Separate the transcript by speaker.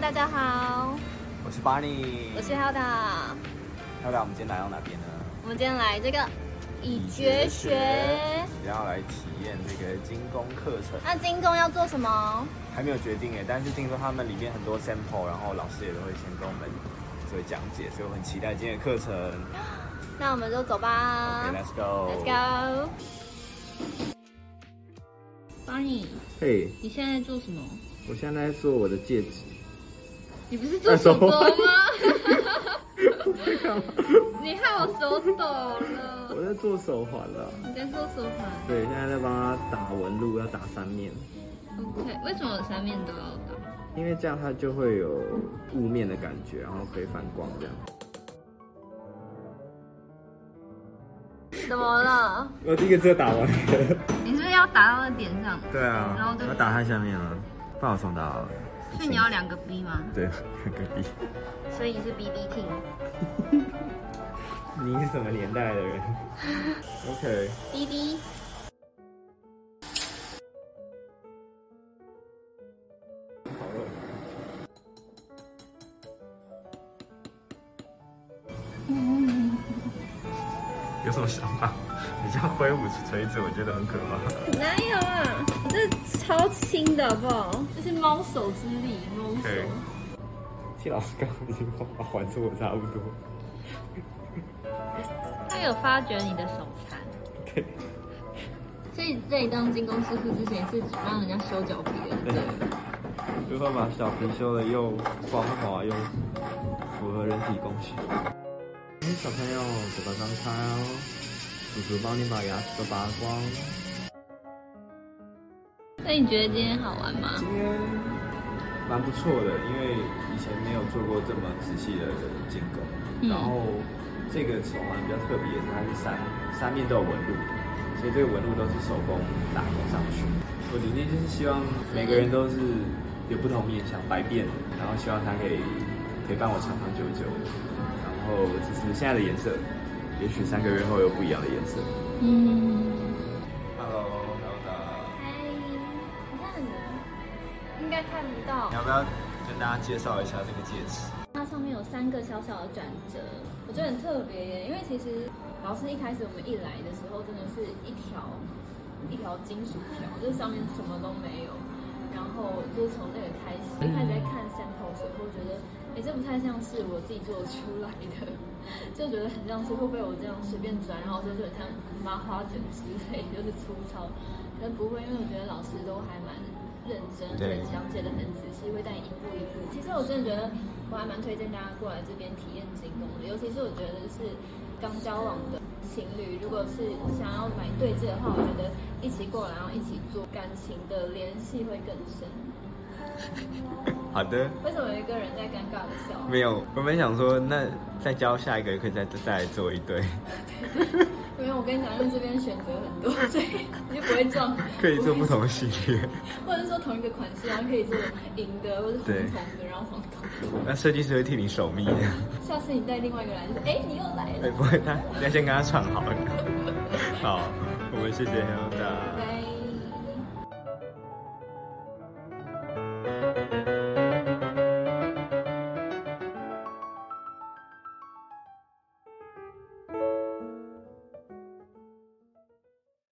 Speaker 1: 大家好，
Speaker 2: 我是 Barney，
Speaker 1: 我是 Helda，
Speaker 2: 要不然我们今天来到哪边呢？
Speaker 1: 我们今天来这个以绝学。
Speaker 2: 也要来体验这个精工课程，
Speaker 1: 那精工要做什么？
Speaker 2: 还没有决定哎，但是听说他们里面很多 sample，然后老师也都会先跟我们做讲解，所以我很期待今天的课程。
Speaker 1: 那我们就走吧。
Speaker 2: OK，Let's、go。
Speaker 1: 啊 Let's go。Barney，
Speaker 2: 嘿
Speaker 1: 你现在做什么？
Speaker 2: 我现在在做我的 戒指。
Speaker 1: 你不是做手抖吗？ 你害我手抖了。
Speaker 2: 在做手环了。
Speaker 1: 你在做手环
Speaker 2: 对，现在在帮他打纹路，要打三面，
Speaker 1: ？OK，为什么我三面都要打？
Speaker 2: 因为这样它就会有雾面的感觉，然后可以反光 这样。
Speaker 1: 怎么了？
Speaker 2: 我第一个只有打完。
Speaker 1: 你是不是要打到点上？
Speaker 2: 对啊，
Speaker 1: 然后就
Speaker 2: 要打他下面啊，不好送到。
Speaker 1: 所以你要两个 B 吗？
Speaker 2: 对，隔壁。
Speaker 1: 所以你是 B B King。
Speaker 2: 你是什么年代的 人？OK，
Speaker 1: 滴滴。
Speaker 2: 好热。有什么想法？你这样挥舞锤子，我觉得很可怕。
Speaker 1: 哪有啊？我这超轻的，好不好？这是猫手之力，猫手。
Speaker 2: OK 替老师刚刚已经把还是我差不多。
Speaker 1: 他有发觉你的手残，
Speaker 2: 对，
Speaker 1: 所以在你当金工师傅之前是帮人家修脚皮的，对不对？
Speaker 2: 如何把小皮修的又光滑又符合人体工学？哎，小朋友，嘴巴张开哦，叔叔帮你把牙齿都拔光。
Speaker 1: 那你觉得今天好玩吗？
Speaker 2: 今天蛮不错的，因为以前没有做过这么仔细的进攻，
Speaker 1: 嗯
Speaker 2: 然后这个手环比较特别，它是三三面都有纹路，所以这个纹路都是手工打磨上去。我理念就是希望每个人都是有不同面向，百变，然后希望它可以陪伴我长长久久。然后就是现在的颜色，也许三个月后有不一样的颜色。
Speaker 1: 嗯。
Speaker 2: Hello，
Speaker 1: 嗨，哎你看，应该看不到
Speaker 2: 你要不要跟大家介绍一下这个戒指？
Speaker 1: 它上面有三个小小的转折，我觉得很特别耶。因为其实老师一开始我们一来的时候，真的是一条一条金属条，就是上面什么都没有。然后就是从那个开始，一开始在看 sample 的时候，觉得哎、诶这不太像是我自己做出来的， 就觉得很像是会不会我这样随便转，然后就是很像麻花卷之类，就是粗糙。可是不会，因为我觉得老师都还蛮认真，而
Speaker 2: 对
Speaker 1: 且讲解的很仔细，会带你一步一步。其实我真的觉得我还蛮推荐大家过来这边体验精工的，尤其是我觉得就是刚交往的情侣，如果是想要买对戒的话，我觉得一起过来，然后一起做，感情的联系会更深。
Speaker 2: 好的。
Speaker 1: 为什么有一个人在尴尬的笑？
Speaker 2: 没有，我们想说，那再教下一个，可以再再来做一对，
Speaker 1: 没有，我跟你讲，因为这边选择很 多，所以你就不会撞。
Speaker 2: 可以做不同的系列。
Speaker 1: 或者是说同一个款式，然后可以做银的，或者红
Speaker 2: 对
Speaker 1: 铜的，然后黄铜的。
Speaker 2: 那设计师会替你守密，
Speaker 1: 下次你带另外一个来，就说：“哎、你又来
Speaker 2: 哎，
Speaker 1: 了。
Speaker 2: 不会，他要先跟他串好了。好，我们谢谢 Hilda。
Speaker 1: 拜拜。